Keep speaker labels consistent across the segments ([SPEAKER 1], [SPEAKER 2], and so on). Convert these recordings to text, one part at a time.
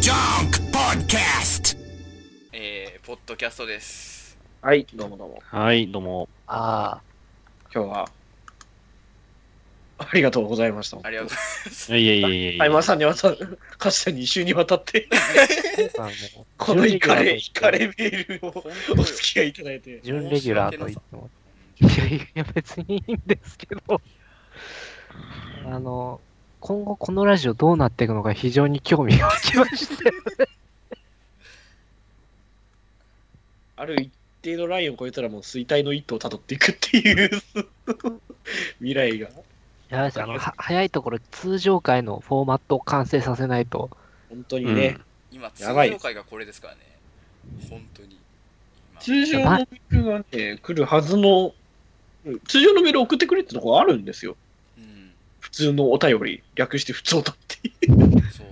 [SPEAKER 1] Donk Podcast.
[SPEAKER 2] えー、ポッドキャストです。
[SPEAKER 3] はい、どうもどうも。
[SPEAKER 4] はい、どうも。
[SPEAKER 3] ああ。今日は、ありがとうございました。
[SPEAKER 2] ありがとうござい
[SPEAKER 4] いやいやいやいやいや。
[SPEAKER 3] 相馬さんにわた、かつて2週にわたって、 このイカレ、イカレメールを
[SPEAKER 2] 本当
[SPEAKER 3] お
[SPEAKER 2] よ
[SPEAKER 3] 付き合いいただいて。
[SPEAKER 5] 準レギュラーと言っても。い
[SPEAKER 2] ます。
[SPEAKER 5] やいや、別にいいんですけど、あの、今後このラジオどうなっていくのか非常に興味が湧きま して。
[SPEAKER 3] ある一定のラインを超えたらもう衰退の一途をたどっていくっていう未来が、
[SPEAKER 5] やばいですあの、は早いところ通常回のフォーマットを完成させないと、
[SPEAKER 3] 本当にね、
[SPEAKER 2] 今、通
[SPEAKER 3] やばい
[SPEAKER 2] 常会がこれですからね。本当に。今
[SPEAKER 3] 通常のメールがね、来るはずの、通常のメールを送ってくれってとこあるんですよ。
[SPEAKER 2] うん、
[SPEAKER 3] 普通のお便り、略して普通おたっていう。
[SPEAKER 2] そう。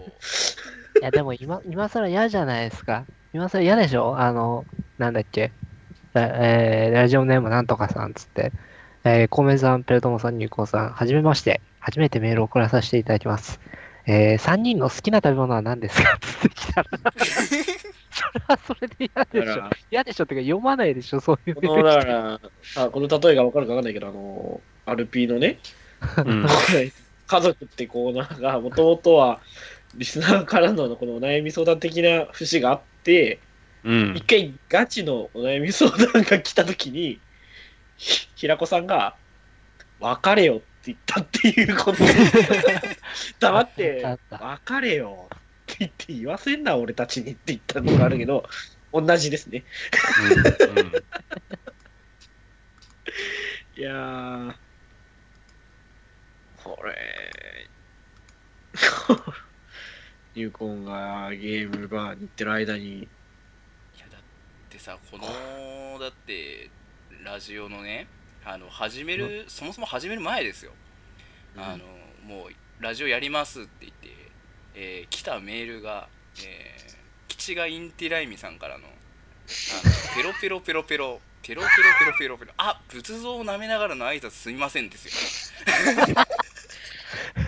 [SPEAKER 5] いや、でも今、今更嫌じゃないですか。今更嫌でしょあの、なんだっけ。ラえーラジオネームなんとかさんつって。えー、コメさん、ペルトモさん、ニューコーさん、はじめまして。初めてメールを送らさせていただきます。え3人の好きな食べ物は何ですかつってきたら、それはそれで嫌で
[SPEAKER 3] だ
[SPEAKER 5] し
[SPEAKER 3] か
[SPEAKER 5] ょ。
[SPEAKER 3] ら
[SPEAKER 5] 嫌でしょってか読まないでしょ、そういう
[SPEAKER 3] こ
[SPEAKER 5] メー
[SPEAKER 3] の、
[SPEAKER 5] ル
[SPEAKER 3] だから、 あこの例えがわかるかわかんないけど、あの、アルピーのね、
[SPEAKER 4] うん。
[SPEAKER 3] 家族ってコーナーが、もともとは、リスナーからのこのお悩み相談的な節があって、
[SPEAKER 4] うん
[SPEAKER 3] 一。回ガチのお悩み相談が来た時に、ひ平子さんが、別れよって言ったっていうことで黙って、
[SPEAKER 5] あったあ
[SPEAKER 3] 別れよって言って言わせんな、俺たちにって言ったのがあるけど、同じですね。いやー、これ、 ニューコンがゲームバーに行ってる間に、
[SPEAKER 2] いや、だってさ、この、だって、ラジオのね、あの、始める、そもそも始める前ですよ。あの、もう、ラジオやりますって言って、えー来たメールが、えー、吉がインティライミさんからの、あのペロペロペロペロ、ペロペロペロペロペロ、あ仏像を舐めながらの挨拶すみませんですよ。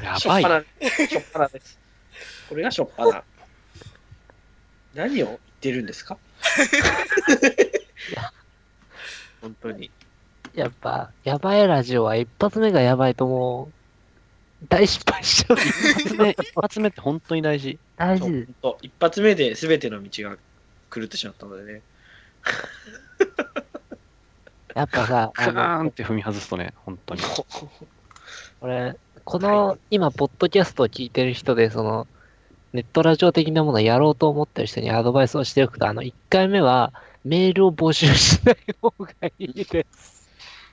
[SPEAKER 5] や
[SPEAKER 3] しょ
[SPEAKER 5] ば
[SPEAKER 3] っ
[SPEAKER 5] い
[SPEAKER 3] ぱ。な、しょっぱなです。これがしょっぱな。何を言ってるん ですか本当に。
[SPEAKER 5] やっぱ、やばいラジオは一発目がやばいともう、大失敗しちゃう。
[SPEAKER 4] ね、一発目って本当に大事。
[SPEAKER 5] 大
[SPEAKER 3] そう
[SPEAKER 5] 事です
[SPEAKER 3] 本。当一発目で全ての道が狂ってしまったのでね。
[SPEAKER 5] やっぱさ、
[SPEAKER 4] カ
[SPEAKER 5] あの、
[SPEAKER 4] ーンって踏み外すとね、本当に。
[SPEAKER 5] これ、この、今、ポッドキャストを聞いてる人で、その、ネットラジオ的なものをやろうと思ってる人にアドバイスをしておくと、あの、1回目は、メールを募集しない方がいいです。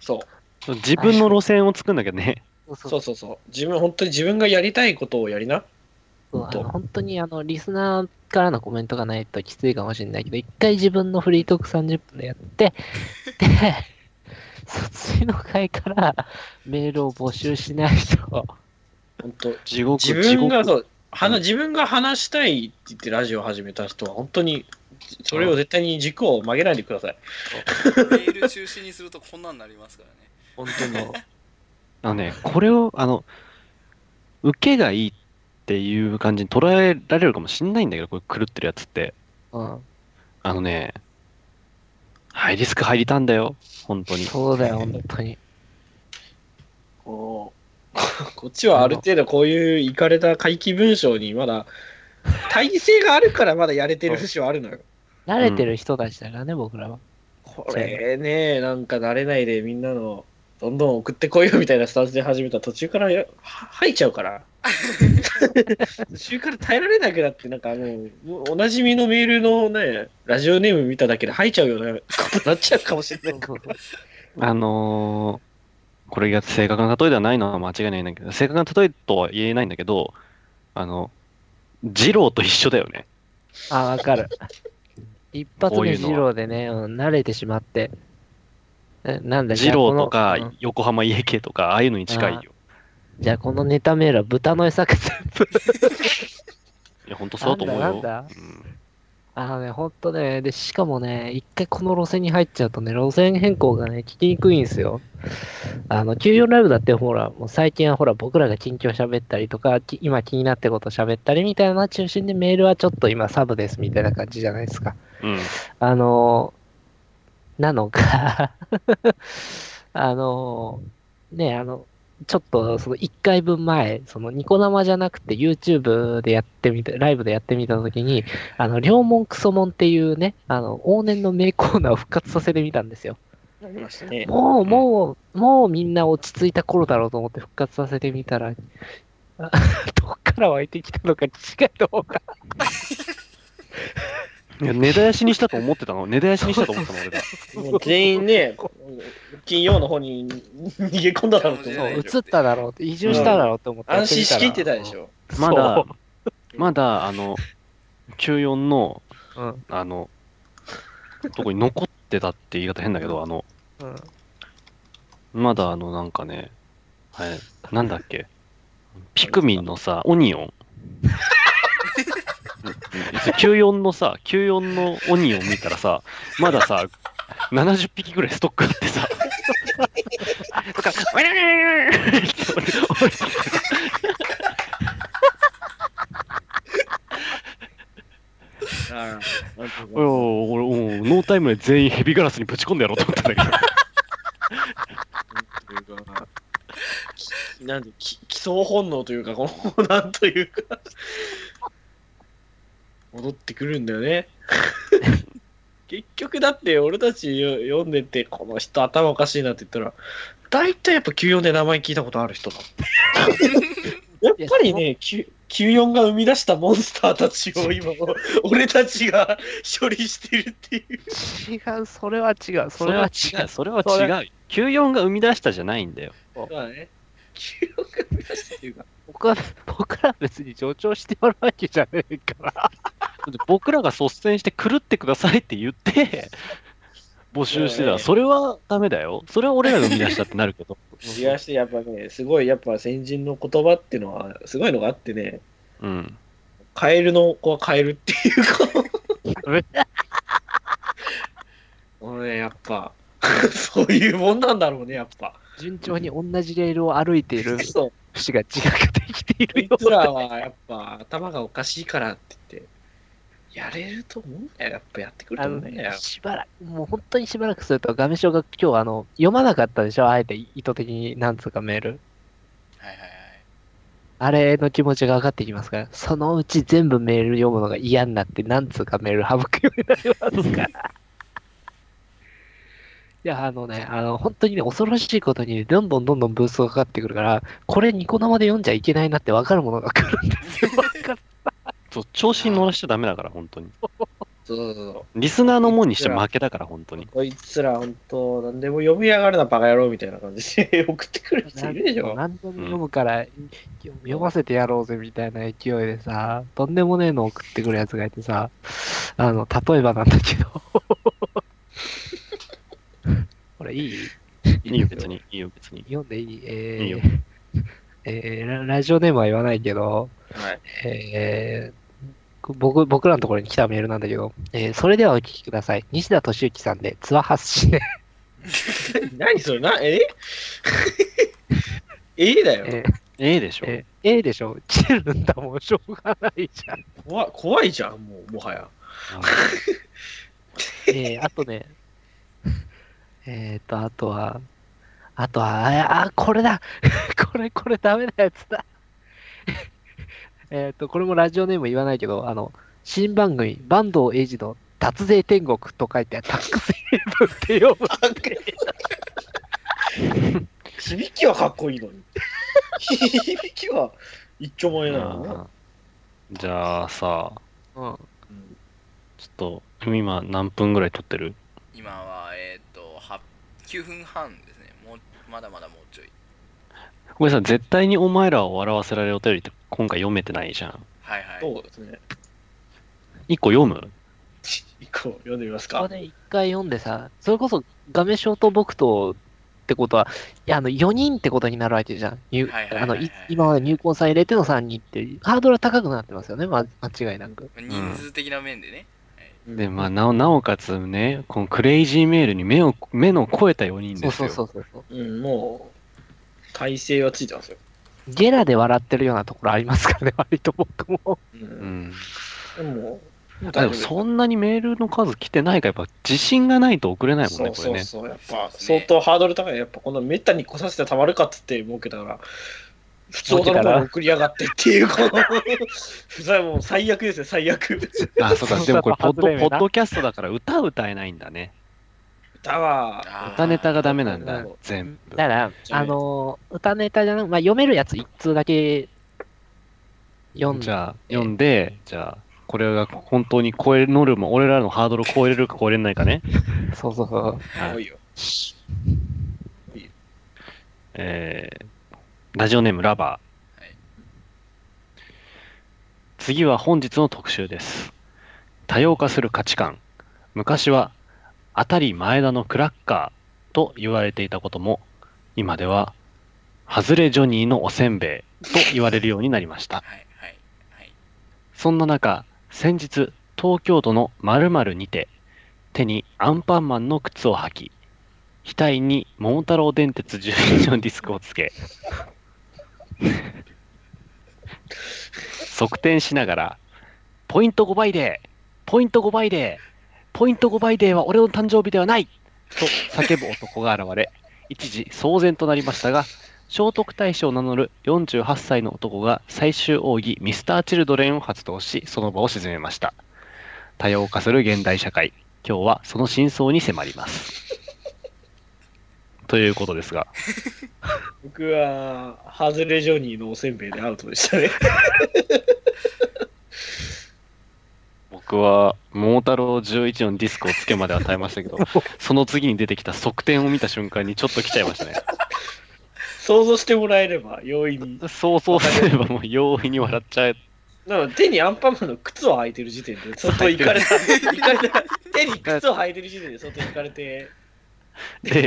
[SPEAKER 3] そう。
[SPEAKER 4] 自分の路線を作るんだけどね。
[SPEAKER 5] そう
[SPEAKER 3] そうそうそう。自分、本当に自分がやりたいことをやりな。
[SPEAKER 5] そうあ
[SPEAKER 3] そう
[SPEAKER 5] の本当に、あの、リスナーからのコメントがないときついかもしれないけど、1回自分のフリートーク30分でやって、で、 そ次の回からメールを募集しないと、
[SPEAKER 3] 本当
[SPEAKER 4] 地獄、
[SPEAKER 3] 自
[SPEAKER 4] 地
[SPEAKER 3] 分が
[SPEAKER 4] 獄。
[SPEAKER 3] そう、はな自分が話したいって言ってラジオを始めた人は、本当に、それを絶対に軸を曲げないでください。
[SPEAKER 2] メール中止にするとこんなんなりますからね。
[SPEAKER 3] 本当に。
[SPEAKER 4] あのね、これを、あの、受けがいいっていう感じに捉えられるかもしんないんだけど、これ狂ってるやつって。
[SPEAKER 5] うん、
[SPEAKER 4] あのね、ハイリスク入りたんだよ。本当に。
[SPEAKER 5] そうだよ、本当に。
[SPEAKER 3] こうこっちはある程度こういういかれた怪奇文章にまだ、耐性があるからまだやれてる節はあるのよ。
[SPEAKER 5] 慣れてる人たちだからね、僕らは。
[SPEAKER 3] これね、なんか慣れないでみんなの、どんどん送ってこいよみたいなスタンスで始めたら途中からやは吐いちゃうから。途中から耐えられなくなって、なんかもう、もうおなじみのメールのね、ラジオネーム見ただけで吐いちゃうようなことになっちゃうかもしれない。
[SPEAKER 4] あのーこれが正確な例えではないのは間違いないんだけど、正確な例えとは言えないんだけど、あの、二郎と一緒だよね。
[SPEAKER 5] あ、わかる。一発
[SPEAKER 4] こう
[SPEAKER 5] 目
[SPEAKER 4] いうのは
[SPEAKER 5] 二郎でね、うん、慣れてしまって。えなんだ
[SPEAKER 4] 二郎とか
[SPEAKER 5] じゃあこのうん
[SPEAKER 4] 横浜家系とか、ああいうのに近いよ。
[SPEAKER 5] じゃあこのネタメールは豚の餌か全部。
[SPEAKER 4] いや、ほんとそうだと思う
[SPEAKER 5] なん
[SPEAKER 4] よ。
[SPEAKER 5] だなんだ
[SPEAKER 4] うん
[SPEAKER 5] あのね、ほんとね、で、しかもね、一回この路線に入っちゃうとね、路線変更がね、聞きにくいんですよ。あの、球場ライブだってほら、もう最近はほら、僕らが近況喋ったりとか、き今気になってこと喋ったりみたいなのが中心で、メールはちょっと今サブですみたいな感じじゃないですか。
[SPEAKER 4] うん。
[SPEAKER 5] あの、なのか あの、ね、あの、ちょっとその1回分前、そのニコ生じゃなくて YouTube でやってみた、ライブでやってみたときに、あの、両門クソ門っていうね、あの、往年の名コーナーを復活させてみたんですよ。
[SPEAKER 3] なりましたね。
[SPEAKER 5] もう、もう、もうみんな落ち着いた頃だろうと思って復活させてみたら、 あどっから湧いてきたのか違いの方が。
[SPEAKER 4] いや、根絶やしにしたと思ってたの。 根絶やしにしたと思ってたの、俺が。
[SPEAKER 3] もう全員ね、金曜の方に逃げ込んだだろうと
[SPEAKER 2] い
[SPEAKER 3] 思
[SPEAKER 2] や
[SPEAKER 5] そう
[SPEAKER 2] いや
[SPEAKER 5] 移
[SPEAKER 3] う。
[SPEAKER 5] っただろうって、移住しただろうと思ってや
[SPEAKER 3] 安
[SPEAKER 5] ってみ
[SPEAKER 3] 心
[SPEAKER 5] た
[SPEAKER 3] し
[SPEAKER 5] ら。
[SPEAKER 3] きってたでしょ。
[SPEAKER 4] まだ
[SPEAKER 5] そ、
[SPEAKER 4] まだ、あの、94の、
[SPEAKER 5] う。うん。
[SPEAKER 4] あの、とこに残ってたって言い方変だけど、あの、
[SPEAKER 5] うん。
[SPEAKER 4] まだあの、なんかね、はい、なんだっけ、ピクミンのさ、オニオン。94のさ、94のオニオン見たらさ、まださ、70匹ぐらいストックあって さ、とか、ウェルルルルルルルって降りてきて
[SPEAKER 3] あ
[SPEAKER 4] 俺、俺、俺もうノータイムで全員ヘビガラスにぶち込んでやろうと思ったんだけど、
[SPEAKER 3] きなんで、き基礎本能というか、この、なんというか、戻ってくるんだよね。結局だって、俺たちよ読んでて、この人頭おかしいなって言ったら、大体やっぱ94で名前聞いたことある人だ。やっぱりね、き94が生み出したモンスターたちを今、俺たちが処理してるっていう。
[SPEAKER 5] 違う、それは違う、それは違う。
[SPEAKER 4] それは違う。94が生み出したじゃないんだよ。
[SPEAKER 3] まあね、94が生み出したっていうか、
[SPEAKER 5] 僕は、 僕ら別に助長してもらうわけじゃねえから。
[SPEAKER 4] 僕らが率先して狂ってくださいって言って、募集して
[SPEAKER 3] いやいや
[SPEAKER 4] た。それはダメだよ。それは俺らが生み出したってなるけど。
[SPEAKER 3] いやしてやっぱね、すごいやっぱ先人の言葉っていうのは、すごいのがあってね、
[SPEAKER 4] うん。
[SPEAKER 3] カエルの子はカエルっていうこの、もうね、やっぱ、そういうもんなんだろうね、やっぱ。
[SPEAKER 5] 順調に同じレールを歩いている
[SPEAKER 3] そう、
[SPEAKER 5] 節が自覚できてい
[SPEAKER 3] こ
[SPEAKER 5] る
[SPEAKER 3] い
[SPEAKER 5] よ
[SPEAKER 3] つらはやっぱ頭がおかしいからって言って、やれると思うんだよ、やっぱやってくると
[SPEAKER 5] あ
[SPEAKER 3] 思う
[SPEAKER 5] の
[SPEAKER 3] んだよ
[SPEAKER 5] ね、。しばらく、もう本当にしばらくすると、ガメショが今日あの、読まなかったでしょあえて意図的に、なんつうかメール。
[SPEAKER 2] はいはいはい
[SPEAKER 5] あれの気持ちが上がってきますから、そのうち全部メール読むのが嫌になって、なんつうかメール省くようになりますから。いや、あのね、あの、本当にね、恐ろしいことに、どんどんどんどんブーストがかかってくるから、これニコ生で読んじゃいけないなって分かるものが来るんですよ。
[SPEAKER 4] そう調子に乗らしちゃダメだから、本当に。
[SPEAKER 3] そうそうそう。
[SPEAKER 4] リスナーのもんにして負けだから、本当に。
[SPEAKER 3] こいつら、ほんと、なんでも読みやがるな、バカ野郎みたいな感じで 送ってくる人いるでしょ。
[SPEAKER 5] 何でも読むから、読ませてやろうぜみたいな勢いでさ、とんでもねえの送ってくるやつがいてさ、あの、例えばなんだけど。これいい
[SPEAKER 4] いいよ、別に。いいよ、別に。
[SPEAKER 5] 読んでいいえー
[SPEAKER 4] いいよ
[SPEAKER 5] えーララジオネームは言わないけど、
[SPEAKER 3] はい。
[SPEAKER 5] えー僕僕らのところに来たメールなんだけど、えーそれではお聞きください。西田敏行さんで、ツアハッシね。
[SPEAKER 3] 何それな、え えだよ。
[SPEAKER 5] え
[SPEAKER 4] ええでしょ。
[SPEAKER 5] ええでしょチるんだもん、しょうがないじゃん。
[SPEAKER 3] 怖怖いじゃん、もう、もはや。
[SPEAKER 5] えーあとね、 えっと、あとは、あとは、あ、あこれだ これ、これダメなやつだ えっと、これもラジオネーム言わないけど、あの、新番組、坂東英二の脱税天国と書いて、タックスイレブンって読む。
[SPEAKER 3] 響きはかっこいいのに。響きは一丁前なのね
[SPEAKER 4] あーじゃあさ、
[SPEAKER 5] うん。
[SPEAKER 3] うん。
[SPEAKER 4] ちょっと、今何分ぐらい撮ってる
[SPEAKER 2] 今はえっ、とは9分半ですねもうまだまだもうちょい
[SPEAKER 4] ごめんなさい、絶対にお前らを笑わせられるお便りって今回読めてないじゃん。
[SPEAKER 2] はいはい
[SPEAKER 3] そうですね。
[SPEAKER 4] 一個読む
[SPEAKER 3] 一個読んでみます
[SPEAKER 5] こ
[SPEAKER 3] か。
[SPEAKER 5] れ一回読んでさ、それこそ、画面ショート僕と、ってことは、いや、あの、4人ってことになるわけじゃん。入
[SPEAKER 2] はいはいはいはい
[SPEAKER 5] あの、い今まで入婚さん入れての3人って、ハードルは高くなってますよね、ま、間違いなく。
[SPEAKER 2] 人数的な面でね、はい
[SPEAKER 4] で、まあ、なおなおかつね、このクレイジーメールに目を目の超えた4人です
[SPEAKER 5] そう
[SPEAKER 4] よ。
[SPEAKER 5] そうそうそうそう。
[SPEAKER 3] うん、もう、体勢はついてますよ。
[SPEAKER 5] ゲラで笑ってるようなところありますからね、割と僕も。
[SPEAKER 3] う。
[SPEAKER 4] うんん、
[SPEAKER 3] でも、
[SPEAKER 4] あでもそんなにメールの数来てないから、やっぱ自信がないと送れないもん
[SPEAKER 3] そ
[SPEAKER 4] ね、
[SPEAKER 3] う
[SPEAKER 4] これ
[SPEAKER 3] そうそ
[SPEAKER 4] ね。
[SPEAKER 3] う、やっぱ相当ハードル高い。やっぱこのめったに来させてたまるかっつって儲けたから、普通のものを送りやがってっていう、この、 ふざもう最悪ですよ、最悪。
[SPEAKER 4] あ、そうか、でもこれポッド、
[SPEAKER 5] そうそう
[SPEAKER 4] ポッドキャストだから歌歌えないんだね。
[SPEAKER 3] だわ。
[SPEAKER 2] あー
[SPEAKER 4] 歌ネタがダメなんだ
[SPEAKER 3] そう、
[SPEAKER 4] 全部。
[SPEAKER 5] だから、
[SPEAKER 3] じゃあ
[SPEAKER 5] あのー、歌ネタじゃなく、まあ、読めるやつ一通だけ読ん
[SPEAKER 4] じ
[SPEAKER 5] で、
[SPEAKER 4] ゃあ、読んで、じゃあ、これが本当に超えるノルマ、俺らのハードルを超えれるか超えれないかね。
[SPEAKER 5] そうそうそう。
[SPEAKER 4] はい
[SPEAKER 3] 多いよ。
[SPEAKER 4] えーラジオネームラバー、
[SPEAKER 2] はい
[SPEAKER 4] 次は本日の特集です多様化する価値観昔は当たり前田のクラッカーと言われていたことも今ではハズレジョニーのおせんべいと言われるようになりました
[SPEAKER 2] はいはいはい
[SPEAKER 4] そんな中、先日、東京都の〇〇にて、手にアンパンマンの靴を履き、額に桃太郎電鉄12のディスクをつけ、側転しながら、ポイント5倍で、ポイント5倍で、ポイント5倍では俺の誕生日ではないと叫ぶ男が現れ、一時騒然となりましたが、聖徳太子を名乗る48歳の男が最終奥義ミスター・チルドレンを発動しその場を沈めました多様化する現代社会今日はその真相に迫りますということですが
[SPEAKER 3] 僕は、ハズレジョニーのおせんべいでアウトでしたね。
[SPEAKER 4] 僕は桃太郎11のディスクをつけまでは耐えましたけ どその次に出てきた側転を見た瞬間にちょっと来ちゃいましたね
[SPEAKER 3] 想像してもらえれば、容易に。
[SPEAKER 4] 想像すればもう 容易に笑っちゃえ
[SPEAKER 3] なので手にアンパンマンの靴を履いてる時点で、相当いか れた。いかれた。手に靴を履いてる時点で相当いかれて。
[SPEAKER 4] て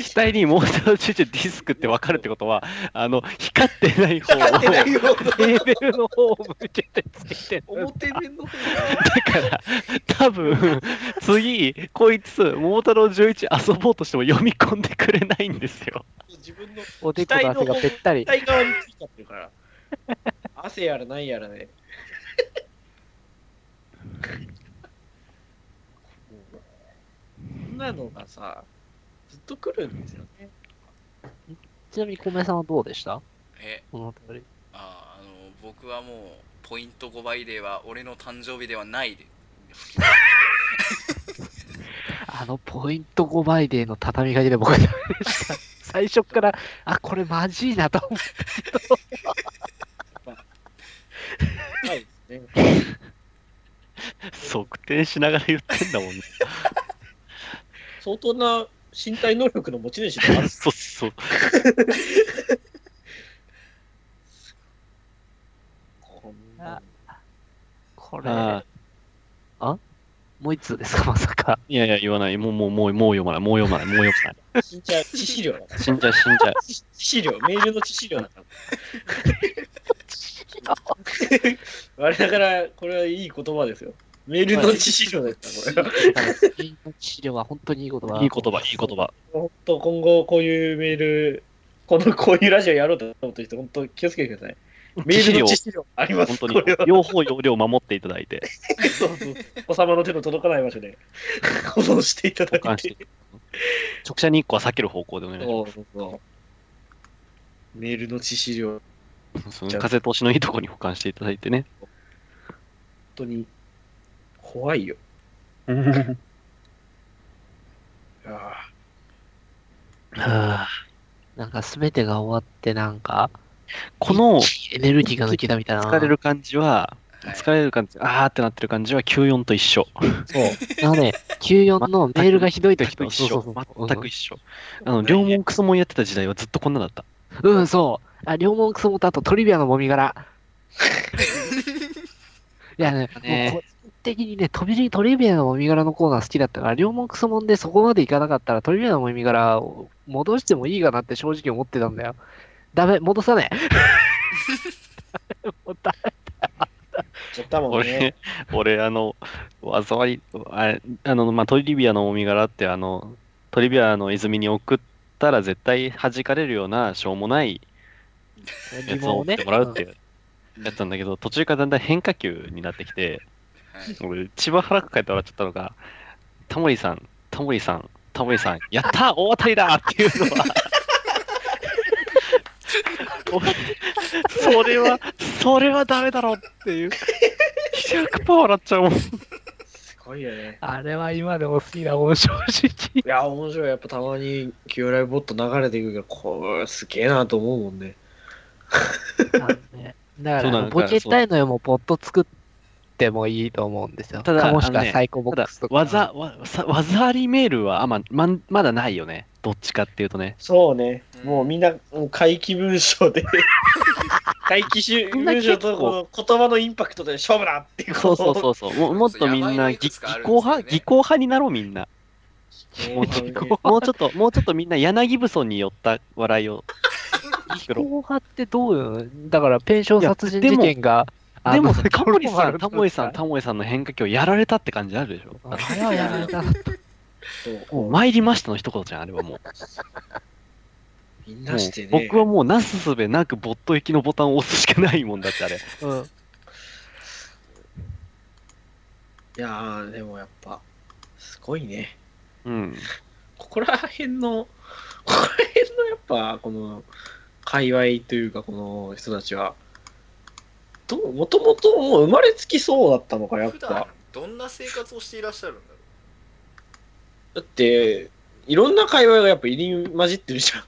[SPEAKER 4] 額に桃太郎11ディスクって分かるってことはあの光ってない方を
[SPEAKER 3] 光ってないよ。
[SPEAKER 5] レーベルの方を向けてついてる。
[SPEAKER 3] 表面の方
[SPEAKER 4] だから、多分次、こいつ、桃太郎11遊ぼうとしても読み込んでくれないんですよ。
[SPEAKER 3] 自分の
[SPEAKER 5] おでこの汗がぺっ たり。
[SPEAKER 3] 体側についちゃってるから。汗やらないやらで、 こんなのがさ、ずっと来るんですよね。
[SPEAKER 5] ちなみに、小梅さんはどうでした
[SPEAKER 2] え
[SPEAKER 5] この辺り。
[SPEAKER 2] あーあの僕はもうポイント5倍では俺の誕生日ではないで
[SPEAKER 5] あの、ポイント5倍デーの畳みかけで僕はダメで した。最初から、あ、これマジいなと思って。
[SPEAKER 3] はい。ね、
[SPEAKER 4] 測定しながら言ってんだもんね。
[SPEAKER 3] 相当な身体能力の持ち主である
[SPEAKER 4] そうそう。
[SPEAKER 3] こんなの
[SPEAKER 5] これ、
[SPEAKER 4] あ
[SPEAKER 5] もう一通ですか、まさか。
[SPEAKER 4] いやいや、言わない。もう、もう、もう、もう読まない。もう読まない。もう読まない。
[SPEAKER 3] 身体致死量だから。
[SPEAKER 4] 死んじゃう、死んじゃう。
[SPEAKER 3] 致死量、メールの致死量だから。我ながら、これはいい言葉ですよ。メールの致死量だから、これは。
[SPEAKER 5] 資料は本当にいい言葉。
[SPEAKER 4] いい言葉、いい言葉。
[SPEAKER 3] 本当、今後こういうメール、このこういうラジオやろうと思ってる人、本当気をつけてください。メールの知識量あります、
[SPEAKER 4] 本
[SPEAKER 3] こ
[SPEAKER 4] 当に
[SPEAKER 3] れは。
[SPEAKER 4] 両方容量を守っていただいて、
[SPEAKER 3] そうそうお子様の手の届かない場所で保存していただ
[SPEAKER 4] 保管
[SPEAKER 3] い
[SPEAKER 4] して
[SPEAKER 3] て。。
[SPEAKER 4] 直射日光は避ける方向でお願いし
[SPEAKER 3] そうそうそうメールの知識量、本
[SPEAKER 4] ます。その風通しのいいとこに保管していただいてね。
[SPEAKER 3] 当に怖いよ。いや
[SPEAKER 4] はあ
[SPEAKER 5] なんか全てが終わって、なんか、
[SPEAKER 4] この
[SPEAKER 5] エネルギーが抜けたみたいな。
[SPEAKER 4] 疲れる感じは、
[SPEAKER 2] はい
[SPEAKER 4] 疲れる感じ、あーってなってる感じは94と一緒。
[SPEAKER 3] ーそう。
[SPEAKER 5] あのね、94のメールがひどい時
[SPEAKER 4] と
[SPEAKER 5] と
[SPEAKER 4] 一
[SPEAKER 5] そう
[SPEAKER 4] 緒
[SPEAKER 5] そうそう。
[SPEAKER 4] 全く一緒。あの、両門クソもんやってた時代はずっとこんなだった。
[SPEAKER 5] うん、そう。あ、両門クソモとあとトリビアのも み殻。いやね、
[SPEAKER 4] ね
[SPEAKER 5] もう個人的にね、トビリトリビアのもみ殻のコーナー好きだったから、両門クソモンでそこまでいかなかったら、トリビアのもみ殻を戻してもいいかなって正直思ってたんだよ。ダメ、戻さねえ。もうダメだよ
[SPEAKER 3] ちゃったもんね
[SPEAKER 4] 俺。、俺、あの、災い、ああの、まあ、トリビアのお身柄って、あの、トリビアの泉に送ったら絶対弾かれるような、しょうもないやつを送ってもらうっていうやつなんだけど、途中からだんだん変化球になってきて、
[SPEAKER 2] はい
[SPEAKER 4] 俺、千葉原区帰って笑っちゃったのが、タモリさん、タモリさん、タモリさん、やったー大当たりだっていうのは。 俺それは、それはダメだろっていう。100%笑っちゃうもん。
[SPEAKER 3] すごいよね。
[SPEAKER 5] あれは今でも好きなもん、正直。
[SPEAKER 3] いや、面白い。やっぱたまに、キューライボット流れていくけど、これすげえなと思うもんね。
[SPEAKER 5] だか
[SPEAKER 4] そうな
[SPEAKER 5] ら、
[SPEAKER 4] の
[SPEAKER 5] ボケたいのよ、もうポット作ってもいいと思うんですよ。
[SPEAKER 4] ただ
[SPEAKER 5] もしく
[SPEAKER 4] あ
[SPEAKER 5] は
[SPEAKER 4] のね
[SPEAKER 5] サイコボ
[SPEAKER 4] た
[SPEAKER 5] ッ
[SPEAKER 4] だ
[SPEAKER 5] クスと、か。
[SPEAKER 4] 技、わさ技ありメールはあ、ままん、まだないよね。どっちかっていうとね。
[SPEAKER 3] そうね。
[SPEAKER 2] うん
[SPEAKER 3] もうみんな、もう怪奇文章で。 怪奇集
[SPEAKER 4] みんな
[SPEAKER 3] 文章
[SPEAKER 4] 結
[SPEAKER 3] と
[SPEAKER 4] 構
[SPEAKER 3] この言葉のインパクトで勝負だっていう
[SPEAKER 4] そうそう
[SPEAKER 3] う。
[SPEAKER 4] そうそう。もうもっとみん
[SPEAKER 2] やば
[SPEAKER 4] な、
[SPEAKER 2] いのい
[SPEAKER 4] ぎ
[SPEAKER 2] く
[SPEAKER 4] 技
[SPEAKER 2] つかあるんですよね
[SPEAKER 4] 巧派、技巧派になろうみんな。
[SPEAKER 3] ね
[SPEAKER 4] もう
[SPEAKER 3] そういう
[SPEAKER 4] もうちょっと、もうちょっとみんな柳武装に寄った笑 いを作ろう。
[SPEAKER 5] 後派ってどうよだから、ペンション殺人事件が。
[SPEAKER 4] でも
[SPEAKER 5] あ
[SPEAKER 4] さ、
[SPEAKER 5] の
[SPEAKER 4] タモリさん、タモリさん、
[SPEAKER 5] あ
[SPEAKER 4] タモリさんの変化球をやられたって感じあるでしょ。
[SPEAKER 5] れはやめた。
[SPEAKER 3] そう
[SPEAKER 4] もう参りましたの一言じゃん、あれはもう。
[SPEAKER 3] みん
[SPEAKER 4] も
[SPEAKER 3] な
[SPEAKER 4] う
[SPEAKER 3] してね。
[SPEAKER 4] 僕はもうなすすべなくボット行きのボタンを押すしかないもんだってあれ。
[SPEAKER 5] うん。
[SPEAKER 3] いやー、でもやっぱ、すごいね。
[SPEAKER 4] うん。
[SPEAKER 3] ここら辺の、ここら辺のやっぱ、この、界隈というか、この人たちは、どう、もともともう生まれつきそうだったのか、やっ
[SPEAKER 6] 普段
[SPEAKER 3] ぱ。
[SPEAKER 6] どんな生活をしていらっしゃるんだろ
[SPEAKER 3] だって、いろんな界隈がやっぱ入り混じってるじゃん。
[SPEAKER 6] う、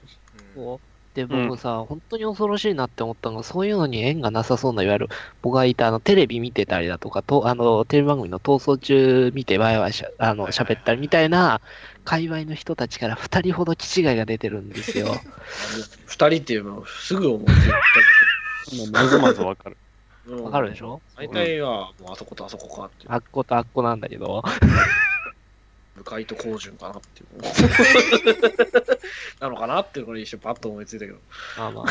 [SPEAKER 6] うん
[SPEAKER 5] そうで、僕さ、本当に恐ろしいなって思ったのが、そういうのに縁がなさそうな、いわゆる、僕がいたあのテレビ見てたりだとか、とあのテレビ番組の逃走中見て、わいわいしゃあの
[SPEAKER 6] はいはい
[SPEAKER 5] 喋ったりみたいな、界隈の人たちから2人ほど気違いが出てるんですよ。
[SPEAKER 3] 二人っていうのをすぐ思って言った
[SPEAKER 4] もうまずまずわかる。
[SPEAKER 3] けど。
[SPEAKER 5] わかるでしょ
[SPEAKER 3] 大体は、もうあそことあそこかっていう、
[SPEAKER 5] あっことあっこなんだけど、
[SPEAKER 3] 向かいと高順かなっていう。 なのかなっていうのが一瞬パッと思いついたけど。
[SPEAKER 5] まあまあ、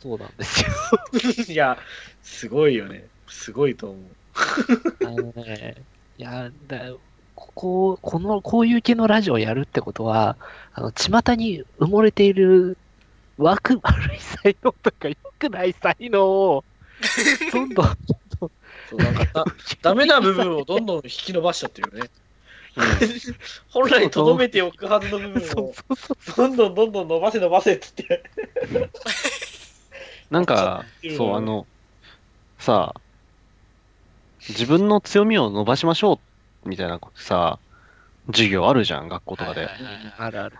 [SPEAKER 5] そうなんですよ。
[SPEAKER 3] いや、すごいよね。すごいと思う。
[SPEAKER 5] あのね、いや、だここ、この、こういう系のラジオをやるってことは、あの、巷に埋もれている、悪、 悪い才能とか良くない才能を、どんど ん、
[SPEAKER 3] そうなんかだダメな部分をどんどん引き伸ばしちゃってるよね。本来とどめておくはずの部分
[SPEAKER 5] そう
[SPEAKER 3] を
[SPEAKER 5] そうそう、
[SPEAKER 3] どんどんどんどん伸ばせ伸ばせっつって。
[SPEAKER 4] なんか
[SPEAKER 3] ちょっといい、よ
[SPEAKER 4] そう、あの、さあ、自分の強みを伸ばしましょう、みたいなさ、授業あるじゃん、学校とかで。
[SPEAKER 2] はいはいはいはい
[SPEAKER 5] あるある。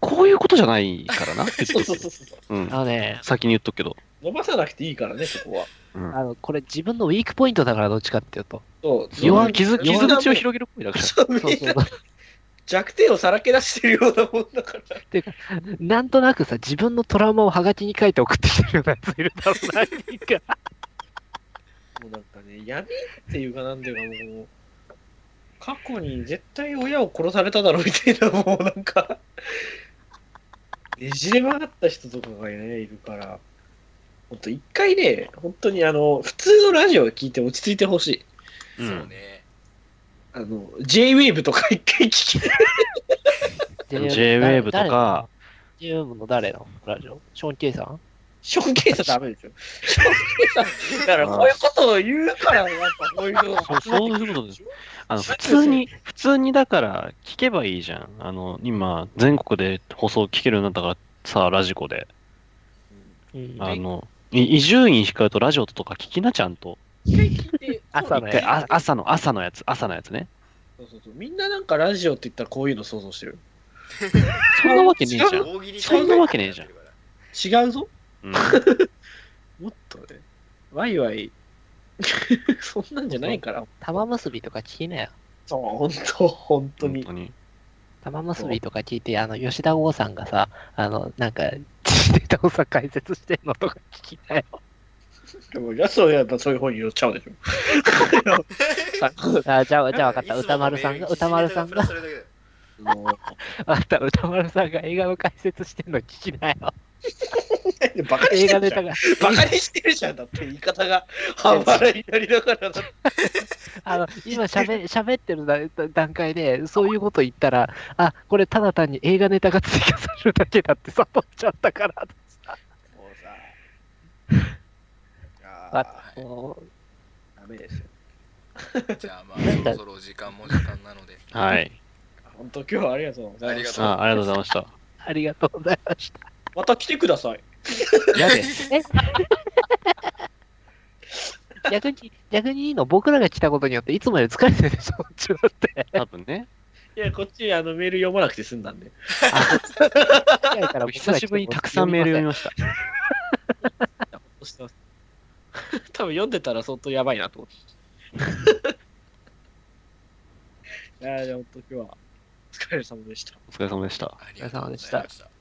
[SPEAKER 4] こういうことじゃないからな、別
[SPEAKER 3] そう
[SPEAKER 4] に
[SPEAKER 3] そうそうそう。
[SPEAKER 4] うん
[SPEAKER 5] あ。のね、
[SPEAKER 4] 先に言っとくけど。
[SPEAKER 3] 伸ばさなくていいからね、そこは。
[SPEAKER 4] うん
[SPEAKER 5] あの、これ自分のウィークポイントだから、どっちかっていうと。
[SPEAKER 3] そう
[SPEAKER 5] 弱
[SPEAKER 4] 弱
[SPEAKER 5] い
[SPEAKER 3] み
[SPEAKER 4] 傷
[SPEAKER 3] ん
[SPEAKER 4] 傷
[SPEAKER 3] なもう
[SPEAKER 4] 口を広げる声だから。
[SPEAKER 3] そうみん
[SPEAKER 5] そうそう
[SPEAKER 3] な。弱点をさらけ出してるようなもんだから。
[SPEAKER 5] なんとなくさ、自分のトラウマをハガキに書いて送ってきてるようなやついるだろ うな、何人か。
[SPEAKER 3] もうなんかね、闇っていうかなんていうかもう、過去に絶対親を殺されただろうみたいな、もうなんか、 ねじれ曲がった人とかがね、いるから、ほんと一回ね、本当にあの、普通のラジオを聞いて落ち着いてほしい。
[SPEAKER 4] うん
[SPEAKER 2] そうね
[SPEAKER 3] あの、J-Wave とか一回聞き、
[SPEAKER 4] J-Wave とか、
[SPEAKER 5] J-Wave の誰のラジオショーン・ケイさん
[SPEAKER 3] ショーンケースダメでしょ。ショーンケースだからこういうことを言うから、やっぱこういうのが
[SPEAKER 4] そうそういうことです。あの普通に、普通にだから聞けばいいじゃん。あの、今、全国で放送聞けるようになったからさ、ラジコで。
[SPEAKER 5] うん
[SPEAKER 4] あの、い伊集院光とラジオとか聞きなちゃんと。
[SPEAKER 3] 一回聞いて、
[SPEAKER 5] 朝のやつ
[SPEAKER 4] であ朝の、朝のやつ、朝のやつね。
[SPEAKER 3] そうそうそうみんななんかラジオって言ったらこういうの想像してる。
[SPEAKER 4] そんなわけねえじゃん。
[SPEAKER 6] 大喜利
[SPEAKER 4] そんなわけねえじゃん
[SPEAKER 3] 違うぞ。
[SPEAKER 4] うん
[SPEAKER 3] もっとね、ワイワイ、 そんなんじゃないから。
[SPEAKER 5] 玉結びとか聞きなよ。
[SPEAKER 3] そう、本当本当
[SPEAKER 4] 本
[SPEAKER 3] に
[SPEAKER 4] 当。に。
[SPEAKER 5] 玉結びとか聞いて、あの、吉田剛さんがさ、あの、なんか、ネタをさ、解説してんのとか聞きな よ。
[SPEAKER 3] でも、やつはやっぱそういう方に寄っちゃうでしょ。
[SPEAKER 5] あじゃあ、じゃあ分か
[SPEAKER 6] なんいつもの
[SPEAKER 5] った。歌丸さんが、
[SPEAKER 6] メール
[SPEAKER 5] 歌丸さん
[SPEAKER 6] 一時ネタ
[SPEAKER 5] が、
[SPEAKER 6] プラスそれだけだよ
[SPEAKER 3] もう
[SPEAKER 5] 分かった。歌丸さんが映画の解説してんの聞きなよ。
[SPEAKER 3] バカにし
[SPEAKER 5] 映
[SPEAKER 3] て
[SPEAKER 5] 画
[SPEAKER 3] る
[SPEAKER 5] ネ
[SPEAKER 3] じゃ
[SPEAKER 5] タ
[SPEAKER 3] ん。
[SPEAKER 5] が、
[SPEAKER 3] バカにしてるじゃん。だって言い方が半端になりながらだって。
[SPEAKER 5] あの今しゃべ喋ってるだ段階で、そういうこと言ったら、あこれただ単に映画ネタが追加されるだけだって悟っちゃったから
[SPEAKER 3] もうさ。
[SPEAKER 5] あ
[SPEAKER 3] ああ、
[SPEAKER 5] も
[SPEAKER 3] ダメですよ。
[SPEAKER 2] じゃあまあ
[SPEAKER 3] なん
[SPEAKER 2] そ
[SPEAKER 3] だ
[SPEAKER 2] ろそろお時間も時間なので
[SPEAKER 4] はい。
[SPEAKER 3] 本当今日はありがとうござい
[SPEAKER 2] あり
[SPEAKER 3] ま
[SPEAKER 2] が
[SPEAKER 3] す。
[SPEAKER 2] と
[SPEAKER 4] あありがとうございました。
[SPEAKER 5] うありがとうございました。
[SPEAKER 3] また来てください。
[SPEAKER 4] やで。
[SPEAKER 5] 逆に、逆にいいの、僕らが来たことによって、いつもより疲れてるでしょ、こっちだ って。
[SPEAKER 4] 多分ね。
[SPEAKER 3] いや、こっちあのメール読まなくて済んだんで。
[SPEAKER 4] 久しぶりにたくさんメール読みました。
[SPEAKER 3] 押してます。 多分読んでたら相当やばいなと思って。いやー、じゃあ本当今日はお疲れ様でした。
[SPEAKER 4] お疲れ様でした。
[SPEAKER 2] ありがとうございました